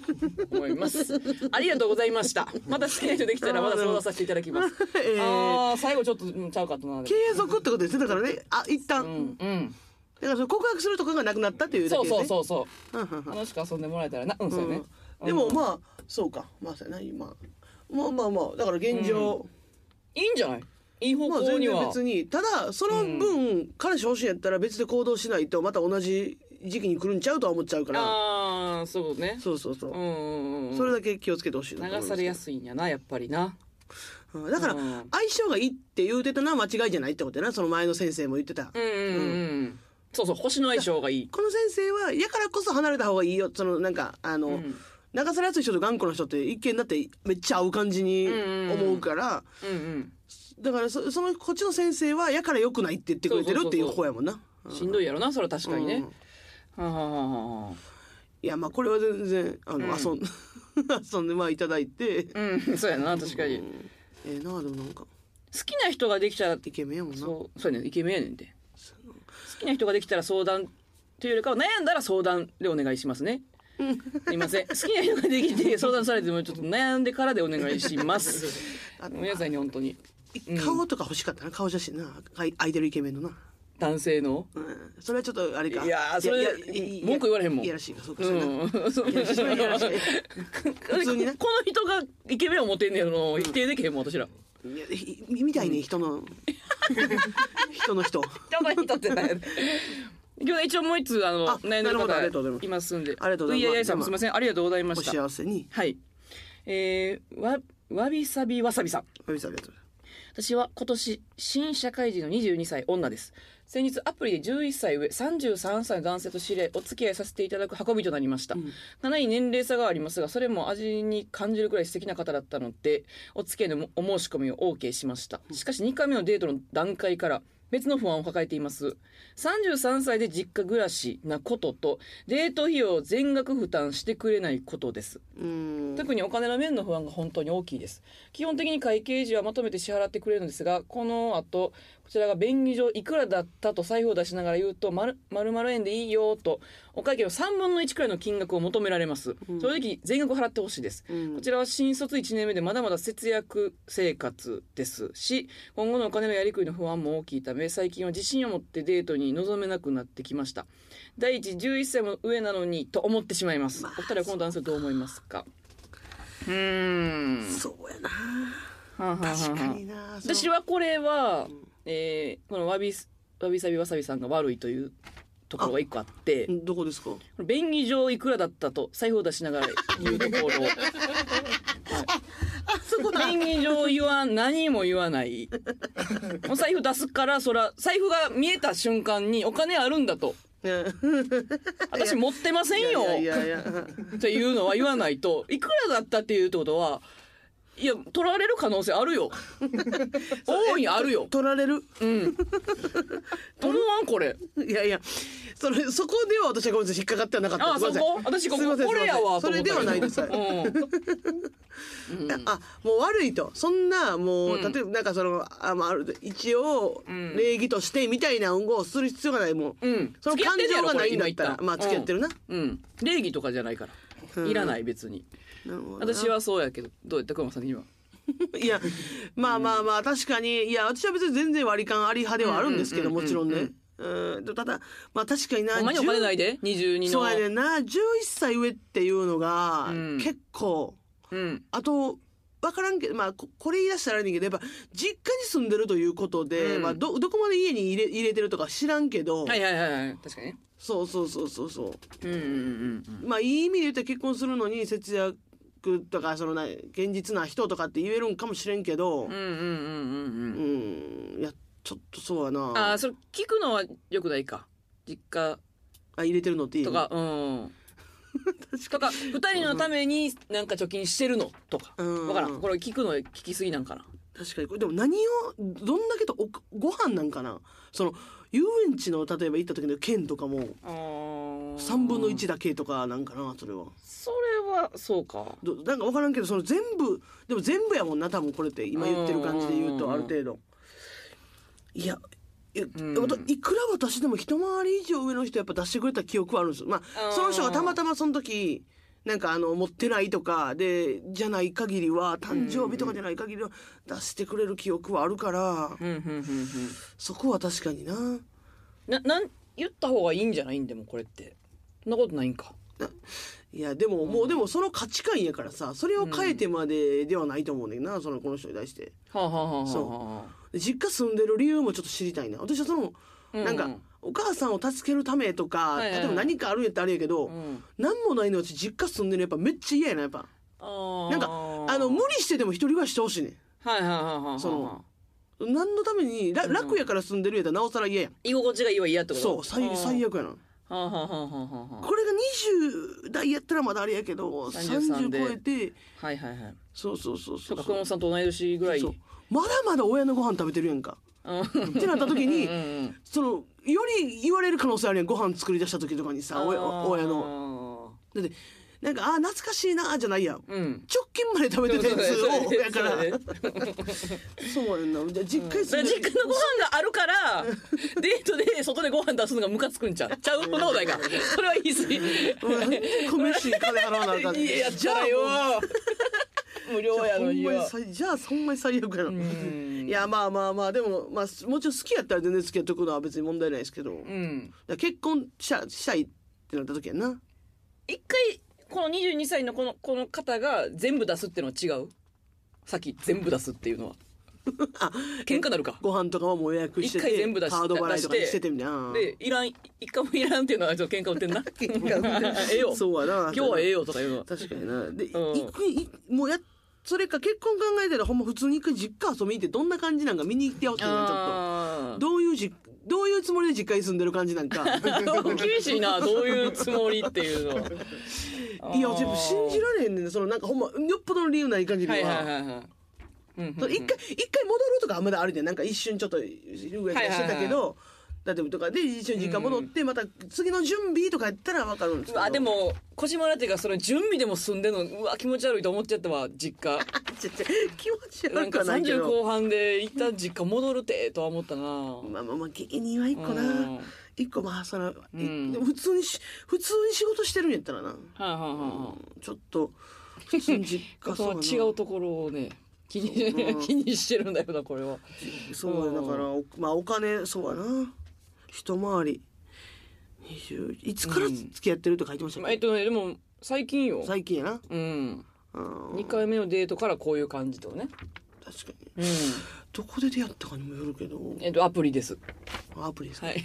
S1: 思い
S2: [LAUGHS]
S1: ますありがとうございましたまた好きな人できたらまた相談させていただきます、
S2: えー
S1: あー最後ちょっとうんちゃうかったなで
S2: 継続ってことですねだからねあ一旦、
S1: もうんうん
S2: だからその告白するとかがなくなったっていうだ
S1: そ
S2: け
S1: う
S2: です
S1: そうそ
S2: ね
S1: うそう
S2: うんうんうん
S1: 楽しく遊んでもらえたらなうんそうよね、
S2: うんでもまあそうかまあそうやな今まあまあまあだから現状、
S1: いいんじゃないいい方
S2: まあ
S1: 向
S2: 全
S1: には、
S2: 然別にただその分、彼氏欲しいんやったら別で行動しないとまた同じ時期に来るんちゃうとは思っちゃうから
S1: ああそうね
S2: そうそうそう、
S1: うんうんうん
S2: それだけ気をつけてほしいなと思い
S1: 流
S2: ます
S1: されやすいんやなやっぱりな
S2: うんだから、
S1: うん
S2: 相性がいいって言うてたのは間違いじゃないってことやなその前の先生も言ってた、
S1: うんうんうん、うん、そうそう星の相性がいい
S2: この先生はやからこそ離れた方がいいよそのなんかあの、
S1: ん
S2: 流されやすい人と頑固な人って一見だってめっちゃ合う感じに思うから、
S1: うんうん
S2: だからそそのこっちの先生はやから良くないって言ってくれてるっていう方やもんな。
S1: しんどいやろなそれは確かにね、はあはあはあはい
S2: やまあこれは全然あの、
S1: うん
S2: 遊ん [LAUGHS] 遊んでまあいただいて、
S1: あうんそうやな確かに、
S2: う
S1: 好
S2: んええなでもなんか
S1: きな人ができたら
S2: イケメンやもんな。
S1: そうそうやねイケメンやねんて好きな人ができたら相談というよりかは悩んだら相談でお願いしますねすいません好きな人ができて相談されてもちょっと悩んでからでお願いします
S2: あ
S1: 皆さんに本当にうん
S2: 顔とか欲しかったな顔写真なあいアイドルイケメンのな。
S1: 男性の
S2: うん、それはちょっとあれか
S1: いやーそれ文句言われへんもん
S2: いやらしいかそうか
S1: う
S2: そうやな、
S1: ん、
S2: それはいやらしい普通にね
S1: この人がイケメンを持てんねやろの否定できへんもん私ら
S2: いやひみたいね人
S1: [LAUGHS]
S2: の人の人
S1: 人が人ってない今日は一応もう一通あの
S2: あ
S1: 悩んで
S2: な
S1: る
S2: るほどありがとうございま
S1: 方
S2: す
S1: いますんで
S2: ありがとうございます
S1: ややさんもすいませんありがとうございま
S2: お
S1: した
S2: 幸せに。
S1: はい。えー、わ、わびさびわさびさん。
S2: おみさんありがとう
S1: 私は今年、新社会人の22歳女です。先日アプリで11歳上、33歳の男性と知り合い、お付き合いさせていただく運びとなりました。かなり年齢差がありますが、それも味に感じるくらい素敵な方だったので、お付き合いのお申し込みを OK しました。しかし2回目のデートの段階から、別の不安を抱えています。33歳で実家暮らしなことと、デート費用を全額負担してくれないことです。
S2: うーん
S1: 特にお金の面の不安が本当に大きいです基本的に会計時はまとめて支払ってくれるのですがこの後こちらが便宜上いくらだったと財布を出しながら言うとまる丸円でいいよとお会計の3分の1くらいの金額を求められます、正直全額払ってほしいです、
S2: うん
S1: こちらは新卒1年目でまだまだ節約生活ですし今後のお金のやりくりの不安も大きいため最近は自信を持ってデートに臨めなくなってきました第一11歳も上なのにと思ってしまいますお二人はこの男性どう思いますかうーん
S2: そうやな
S1: はあはあはあ
S2: 確かになその
S1: 私はこれは、
S2: ん
S1: えーこのわびわびさびわさびさんが悪いというところが一個あって
S2: うんどこですか
S1: 便宜上いくらだったと財布を出しながら言うところ
S2: [LAUGHS] あそこだ
S1: 便宜上言わん何も言わないお財布出すからそら財布が見えた瞬間にお金あるんだと私持ってませんよ
S2: いや
S1: [LAUGHS]
S2: いやいやいや
S1: っていうのは言わないといくらだったっていうってことはいや取られる可能性ある
S2: [LAUGHS]
S1: よ大いにあるよ
S2: 取られる [LAUGHS]
S1: うん思わんこれ
S2: いやいやそれそこでは私はごめんなさい引っかかってはなかった
S1: ああそこ私こ
S2: すいま
S1: こ
S2: せん
S1: これやわと
S2: すいませんそ
S1: 思ったけど
S2: れではないですはい
S1: うんうん
S2: あもう悪いとそんなもう、
S1: うん
S2: 例えばなんかそのあ、まあ、ある一応
S1: うん
S2: 礼儀としてみたいな運動をする必要がないも
S1: う
S2: う、
S1: ん
S2: その
S1: 付き合っ
S2: 感
S1: てんねや
S2: 情
S1: ろ
S2: がないんだった
S1: これ今言
S2: ら
S1: った
S2: まあ付き合ってるな、
S1: うん礼儀とかじゃないから
S2: うん
S1: いらない別に
S2: なるほどな
S1: 私はそうやけどどうやった熊さん的にはい
S2: やまあまあまあ確かにいや私は別に全然割り勘あり派ではあるんですけど、
S1: うんうんうん
S2: もちろん
S1: う
S2: ね
S1: ん、
S2: うん、ただまあ確かにな
S1: ほんまにお金ないで22
S2: 10
S1: の
S2: そうやねんな11歳上っていうのが
S1: うん
S2: 結構、
S1: うん
S2: あと分からんけど、まあ、ここれ言い出したらあれやねんけどやっぱ実家に住んでるということで、
S1: うん
S2: まあ、どどこまで家に入れ入れてるとか知らんけど、
S1: はいはいはいはい確かにね
S2: そうそうそうそうそう
S1: うんうんうんうん
S2: まあいい意味で言ったら結婚するのに節約とかそのな現実な人とかって言えるんかもしれんけど
S1: うんうんうんうん
S2: う
S1: うん
S2: んいやちょっとそうやな
S1: ああそれ聞くのはよくないか実家
S2: あ入れてるのっていい
S1: とかうんと
S2: 確か
S1: か二人のためになんか貯金してるのとか
S2: うん
S1: わからんこれ聞くの聞きすぎなんかな
S2: 確かにこれでも何をどんだけとおご飯なんかなその遊園地の例えば行った時の券とかも3
S1: 3
S2: 分の1だけとかなんかなそれは
S1: それはそうか
S2: どなんか分からんけどその全部でも全部やもんな多分これって今言ってる感じで言う
S1: う
S2: と
S1: ん
S2: ある程度いやいや
S1: ん
S2: わたいくら私でも一回り以上上の人やっぱ出してくれた記憶はあるんですよま
S1: あー
S2: あその人がたまたまその時なんかあの持ってないとかでじゃない限りは誕生日とかじゃない限りは出してくれる記憶はあるから
S1: うんうんうんうん
S2: そこは確かにな
S1: ななん言った方がいいんじゃないんでもこれってそんなことないんか
S2: いやでももうでもその価値観やからさそれを変えてまでではないと思うねんなそのこの人に対して。
S1: はあはあはあはあ
S2: そで実家住んでる理由もちょっと知りたいな私はその、
S1: うん
S2: なんかお母さんを助けるためとか、
S1: はいはいはい
S2: 例えば何かあるんやったらあれやけど、
S1: うん
S2: なん、何もないのうち実家住んでるのやっぱめっちゃ嫌やなやっぱ
S1: あ
S2: なんかあの無理してでも一人暮らししてほしいね
S1: はいはいはいはいはい
S2: そのん何のためにら楽やから住んでるやったらなおさら嫌やん、
S1: 居心地がいいは嫌ってこと
S2: そう最最
S1: 悪
S2: 悪やな
S1: はあはあはあはあは
S2: これが20代やったらまだあれやけど
S1: 33
S2: 30
S1: で
S2: 超えて
S1: あはいはいはい
S2: そうそうそう
S1: そ
S2: そうう
S1: か
S2: そ
S1: 熊
S2: う
S1: 本さんと同い年ぐらい
S2: そうまだまだ親のご飯食べてるやんか
S1: うん
S2: ってなった時に、
S1: うんうん
S2: そのより言われる可能性あるやんご飯作り出した時とかにさ親親の
S1: の
S2: だってなんかあー懐かしいなーじゃないやん
S1: うん
S2: 直近まで食べてたやつをやから
S1: [LAUGHS] そうね
S2: そうやんなじゃあ実家に
S1: だか
S2: 住
S1: ら実家のご
S2: んで
S1: 飯があるから、デートで外でご飯出すのがムカつくんちゃうちゃうそんなことないか。それは言い過ぎ。
S2: うん米し金払わなあかん
S1: いや、
S2: じ
S1: じ
S2: ゃ
S1: ゃ
S2: あ
S1: あ
S2: よ
S1: よ。 [LAUGHS] 無料やのに
S2: ほんま
S1: よ
S2: に。最じゃあほんまに最悪やな
S1: うん
S2: いやまあまあまあでもまあもちろん好きやったら全然好きやっとくのは別に問題ないですけどだか
S1: うん。
S2: ら結婚したしたいってなった時やんな
S1: 一回、この22歳のこの、この方が全部出すってのは違うさっき全部出すっていうのは。
S2: [LAUGHS] あ
S1: 喧嘩なるか。
S2: ご飯とかはもう予約して
S1: 一回
S2: て
S1: 全部出し
S2: カード払いとか
S1: 出
S2: に
S1: し
S2: してててみたいな
S1: で、いらん、一回もいらんっていうのはちょっと喧嘩売って
S2: [LAUGHS]
S1: んな。ええよ。
S2: そうやな
S1: 今日はええよとか言うのは。
S2: 確かにな。で、
S1: うん
S2: いくいもうやそれか結婚考えたらほんま普通に一回実家遊びに行ってどんな感じなんか見に行ってやおうっていうのちょっ
S1: あ
S2: と
S1: ー
S2: どういうじどういうつもりで実家に住んでる感
S1: [LAUGHS]
S2: じなんか
S1: 厳しいなどういうつもりっていうのはい
S2: や全部信じられへんねんそのなんかほんまよっぽどの理由ない感じでは,、
S1: はいはいはいはいうんうん
S2: その一回一回戻るとかあんまだあるでなんか一瞬ちょっと昼ぐらいとかしてたけ
S1: はいはいはい
S2: ど。だってとかで一緒に実家戻ってまた次の準備とかやったら分かるんですけ
S1: う
S2: ど
S1: わ
S2: [LAUGHS]
S1: でも小島ラテがその準備でも済んでんのうわ気持ち悪いと思っちゃったわ実家
S2: ちょちょ気持ち
S1: な
S2: 悪
S1: んか
S2: くは [LAUGHS] ないけ
S1: 30
S2: ど
S1: 後半で一旦実家戻るてとは思ったな
S2: まあまあまあ芸人は一個な、
S1: うんはい
S2: 一個まあその、い
S1: うん
S2: でも普通にし普通に仕事してるんやったらな、
S1: はいは
S2: ちょっと普通に実
S1: いは
S2: 家
S1: いとは
S2: やな
S1: 違うところをね気に
S2: うん
S1: [LAUGHS] 気にしてるんだよなこれは
S2: そうや
S1: う
S2: だ
S1: ん
S2: からおまあお金そうやな一回り20いつから付き合ってるって書いてましたっ
S1: ま
S2: け
S1: あえっとねでも最近よ
S2: 最近やな、
S1: うん
S2: うん
S1: 2回目のデートからこういう感じとね
S2: 確か
S1: う
S2: に
S1: ん
S2: どこで出会ったかにもよるけど
S1: えっとアプリです
S2: アプリですか、
S1: はい [LAUGHS]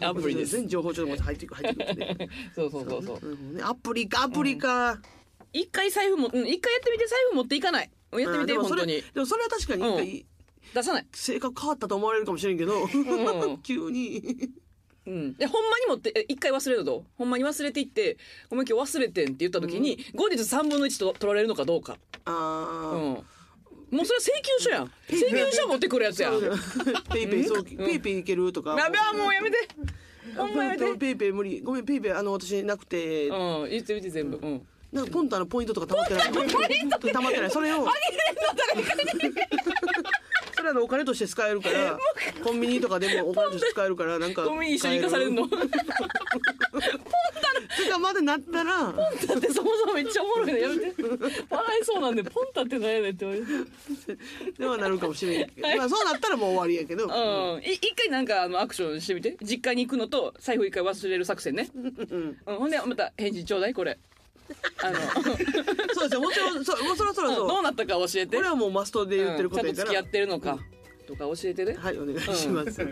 S2: [LAUGHS]
S1: アプリです
S2: 全情報ちょっと待って入っていく入っていくってね
S1: そう [LAUGHS] そうそうそう
S2: なるほどねアプリかアプリか、
S1: 一回財布もうん一回やってみて財布持っていかないやってみて
S2: あーでも
S1: 本
S2: それ
S1: 当に
S2: でもそれは確かに一回
S1: 出さない
S2: 性格変わったと思われるかもしれんけど、
S1: ん
S2: [LAUGHS] 急に
S1: うん、でほんまに持ってえ一回忘れるとほんまに忘れていって「ごめん今日忘れてん」って言った時に、後日3分の1と取られるのかどうか、
S2: あ
S1: うん
S2: あ、
S1: もうそれは請求書 [LAUGHS] やん請求書持ってくるやつやんや
S2: ペイペイそうペイペイいけるとか
S1: べえもうや [LAUGHS] めてほんまやめて
S2: ペイペイ無理ごめんペイペイあの私なくて
S1: うん言ってみて全部うん
S2: なんかポンタのポイントとかたまっ
S1: [LAUGHS]
S2: てないたまってないそれを [LAUGHS] それあのお金として使えるからコンビニとかでもお金として使えるからなんか
S1: ごめん一緒に行かされるの [LAUGHS] だ
S2: とかまでなったら
S1: ってそもそもめっちゃおもろいのやめ [LAUGHS] て笑いそうなんでポンタってなんやねんって言われて
S2: ではなるかもしれんけど、まあそうなったらもう終わりやけど、
S1: うんい一回なんかあのアクションしてみて実家に行くのと財布一回忘れる作戦ね、
S2: うん
S1: うん、ほんでまた返事ちょうだいこれあの
S2: そうですよもちろんそうもうそろそろそう、
S1: どうなったか教えて
S2: これはもうマストで言ってること
S1: う
S2: や
S1: んちゃ
S2: か
S1: んと付き
S2: ら、
S1: 合ってるのか、とか教えてね、
S2: はいお願いします、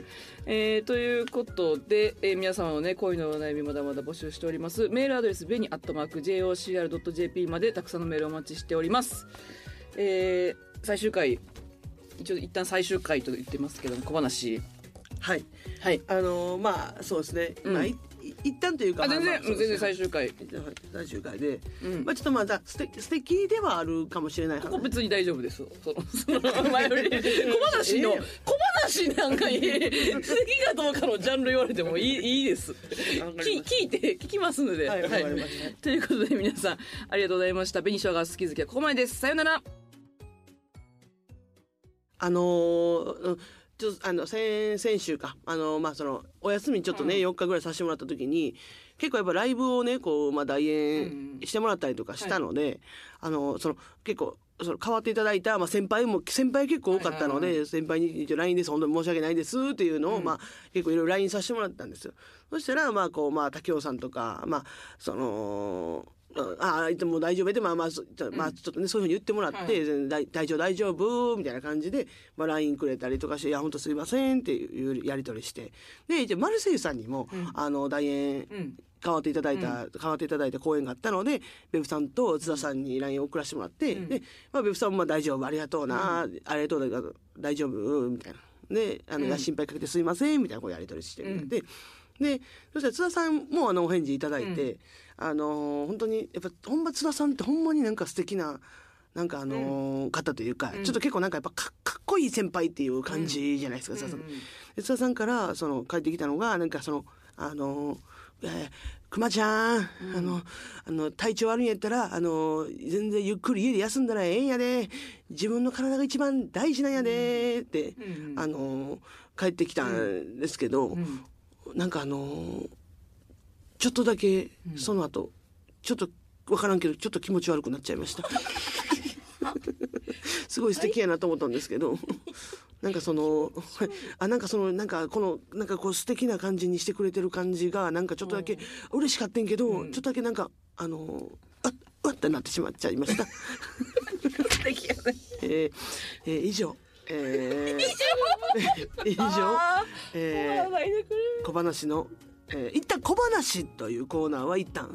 S1: えーということで、えー皆様のね恋のお悩みまだまだ募集しておりますメールアドレスベニアットマーク JOCR.jp までたくさんのメールお待ちしております、えー最終回一応一旦最終回と言ってますけども小話
S2: はい
S1: はい
S2: あのーまあそうですね、
S1: うん
S2: まあいい一旦というか
S1: あ全
S2: ま
S1: 然、
S2: あまあそうで
S1: 全
S2: すね
S1: 然最終回
S2: はい最終回で、
S1: うん
S2: まあちょっとまあだ素敵素敵ではあるかもしれない
S1: ここ
S2: 話
S1: 別に大丈夫です。そ
S2: [LAUGHS]
S1: の、その前より。小話の
S2: ええ、
S1: 小話なんかいい、好きかどうかのジャンル言われてもいい、いいです。
S2: わか
S1: き
S2: りま
S1: 聞いて、聞きますので。
S2: はいわかりました
S1: ということで皆さん、ありがとうございました。紅生姜好き好きはここまでです。さよなら。
S2: あのーうんちょっとあの先先週かあのーまあそのお休みちょっとね、4日ぐらいさせてもらった時に結構やっぱライブをねこうまあ代
S1: うん
S2: 演
S1: うん
S2: してもらったりとかしたので、あのーその結構その変わっていただいた、まあ、先輩も先輩結構多かったので、
S1: はいはい
S2: 先輩に一応 LINE です本当に申し訳ないですっていうのを、
S1: うん
S2: まあ結構いろいろ LINE させてもらったんですよ。そしたらまあこうまあ滝雄さんとかまあそのああもう大丈夫でまあまあそまあちょっとねそういうふうに言ってもらって、
S1: はい
S2: 全然大大丈夫大丈夫みたいな感じで、まあ、LINE くれたりとかして「いや本当すいません」っていうやり取りしてで一応マルセイユさんにも、
S1: うん
S2: あの代
S1: う
S2: 演
S1: ん。
S2: 変わっていただいた、変わっていただいた公演があったのでベブさんと津田さんに LINE を送らせてもらって、
S1: うん
S2: で、まあ、ベブさんもまあ「大丈夫ありがとうな、ありがとうだ大丈夫」みたいな。であの、
S1: うん
S2: いや心配かけてすいませんみたいなこうやり取りしてるんで、でそしたら津田さんもあのお返事いただいて、あのー本当にやっぱほんま津田さんってほんまになんか素敵ななんかあのー方というか、
S1: うん
S2: ちょっと結構なんかやっぱかかっこいい先輩っていう感じじゃないですか、津田さん。で津田さんからその帰ってきたのがなんかそのあのえー熊ちゃん、あのあの体調悪いんやったらあの全然ゆっくり家で休んだらええんやで自分の体が一番大事なんやでって、
S1: うん
S2: あの帰ってきたんですけど、
S1: [LAUGHS] うん
S2: なんかあのちょっとだけその後、ちょっと分からんけどちょっと気持ち悪くなっちゃいました [LAUGHS] すごい素敵やなと思ったんですけどなんかそのあなんかそのなんかこのなんかこう素敵な感じにしてくれてる感じがなんかちょっとだけ嬉しかったんけど、
S1: うん
S2: ちょっとだけなんかあのあっうわってなってしまっちゃいました、
S1: 素敵やね。
S2: えーえー以上、えー [LAUGHS] 以上
S1: あー
S2: えー
S1: 笑わないでくれ
S2: 小話の、えー一旦小話というコーナーは一旦、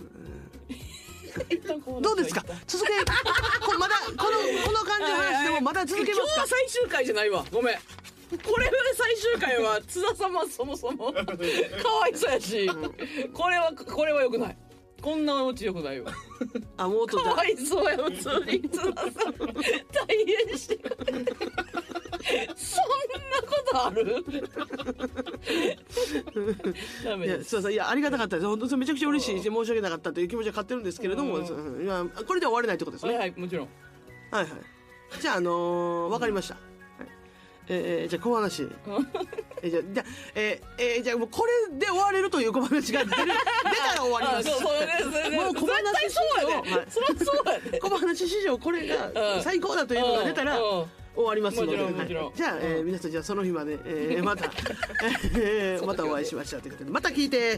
S1: 一旦こ
S2: う
S1: なん
S2: どうですか続けこまだこのこの感じの話でもまだ続けま
S1: 今
S2: す
S1: 日
S2: か
S1: は最終回じゃないわごめんこれは最終回は津田様そもそ [LAUGHS] もかわいそうやしこれはこれは良くないこんなオチ良くないわ
S2: あもうちょっ
S1: か
S2: と
S1: わいそうや普通に津田さん大変してくれてそんなことあるダメ
S2: いや
S1: です
S2: すいませんいやありがたかったです本当にめちゃくちゃ嬉しいし申し訳なかったという気持ちは買ってるんですけれども、
S1: うん
S2: うんいやこれでは終われないということです
S1: は
S2: ね
S1: いはいもちろん
S2: はいはいじゃああのーわかりました、はいえーじゃあ小話えーじゃあじゃあえーえーじゃあもうこれで終われるという小話が出る出たら終わ
S1: [LAUGHS]
S2: り
S1: あ
S2: ま
S1: そう
S2: す
S1: そうねそうね
S2: もう小話
S1: 絶対そうやね
S2: はい
S1: そりゃそうやね
S2: 小話史 [LAUGHS] 上これ
S1: う
S2: が
S1: ん
S2: 最高だというのが出たら
S1: うんうん
S2: 終わりますの
S1: も
S2: で、
S1: ちろんもちろん
S2: はいじゃあ、え
S1: [LAUGHS]
S2: ー皆さんじゃあその日まで、えーまた、えーまたお会いしましょうということでまた聞いて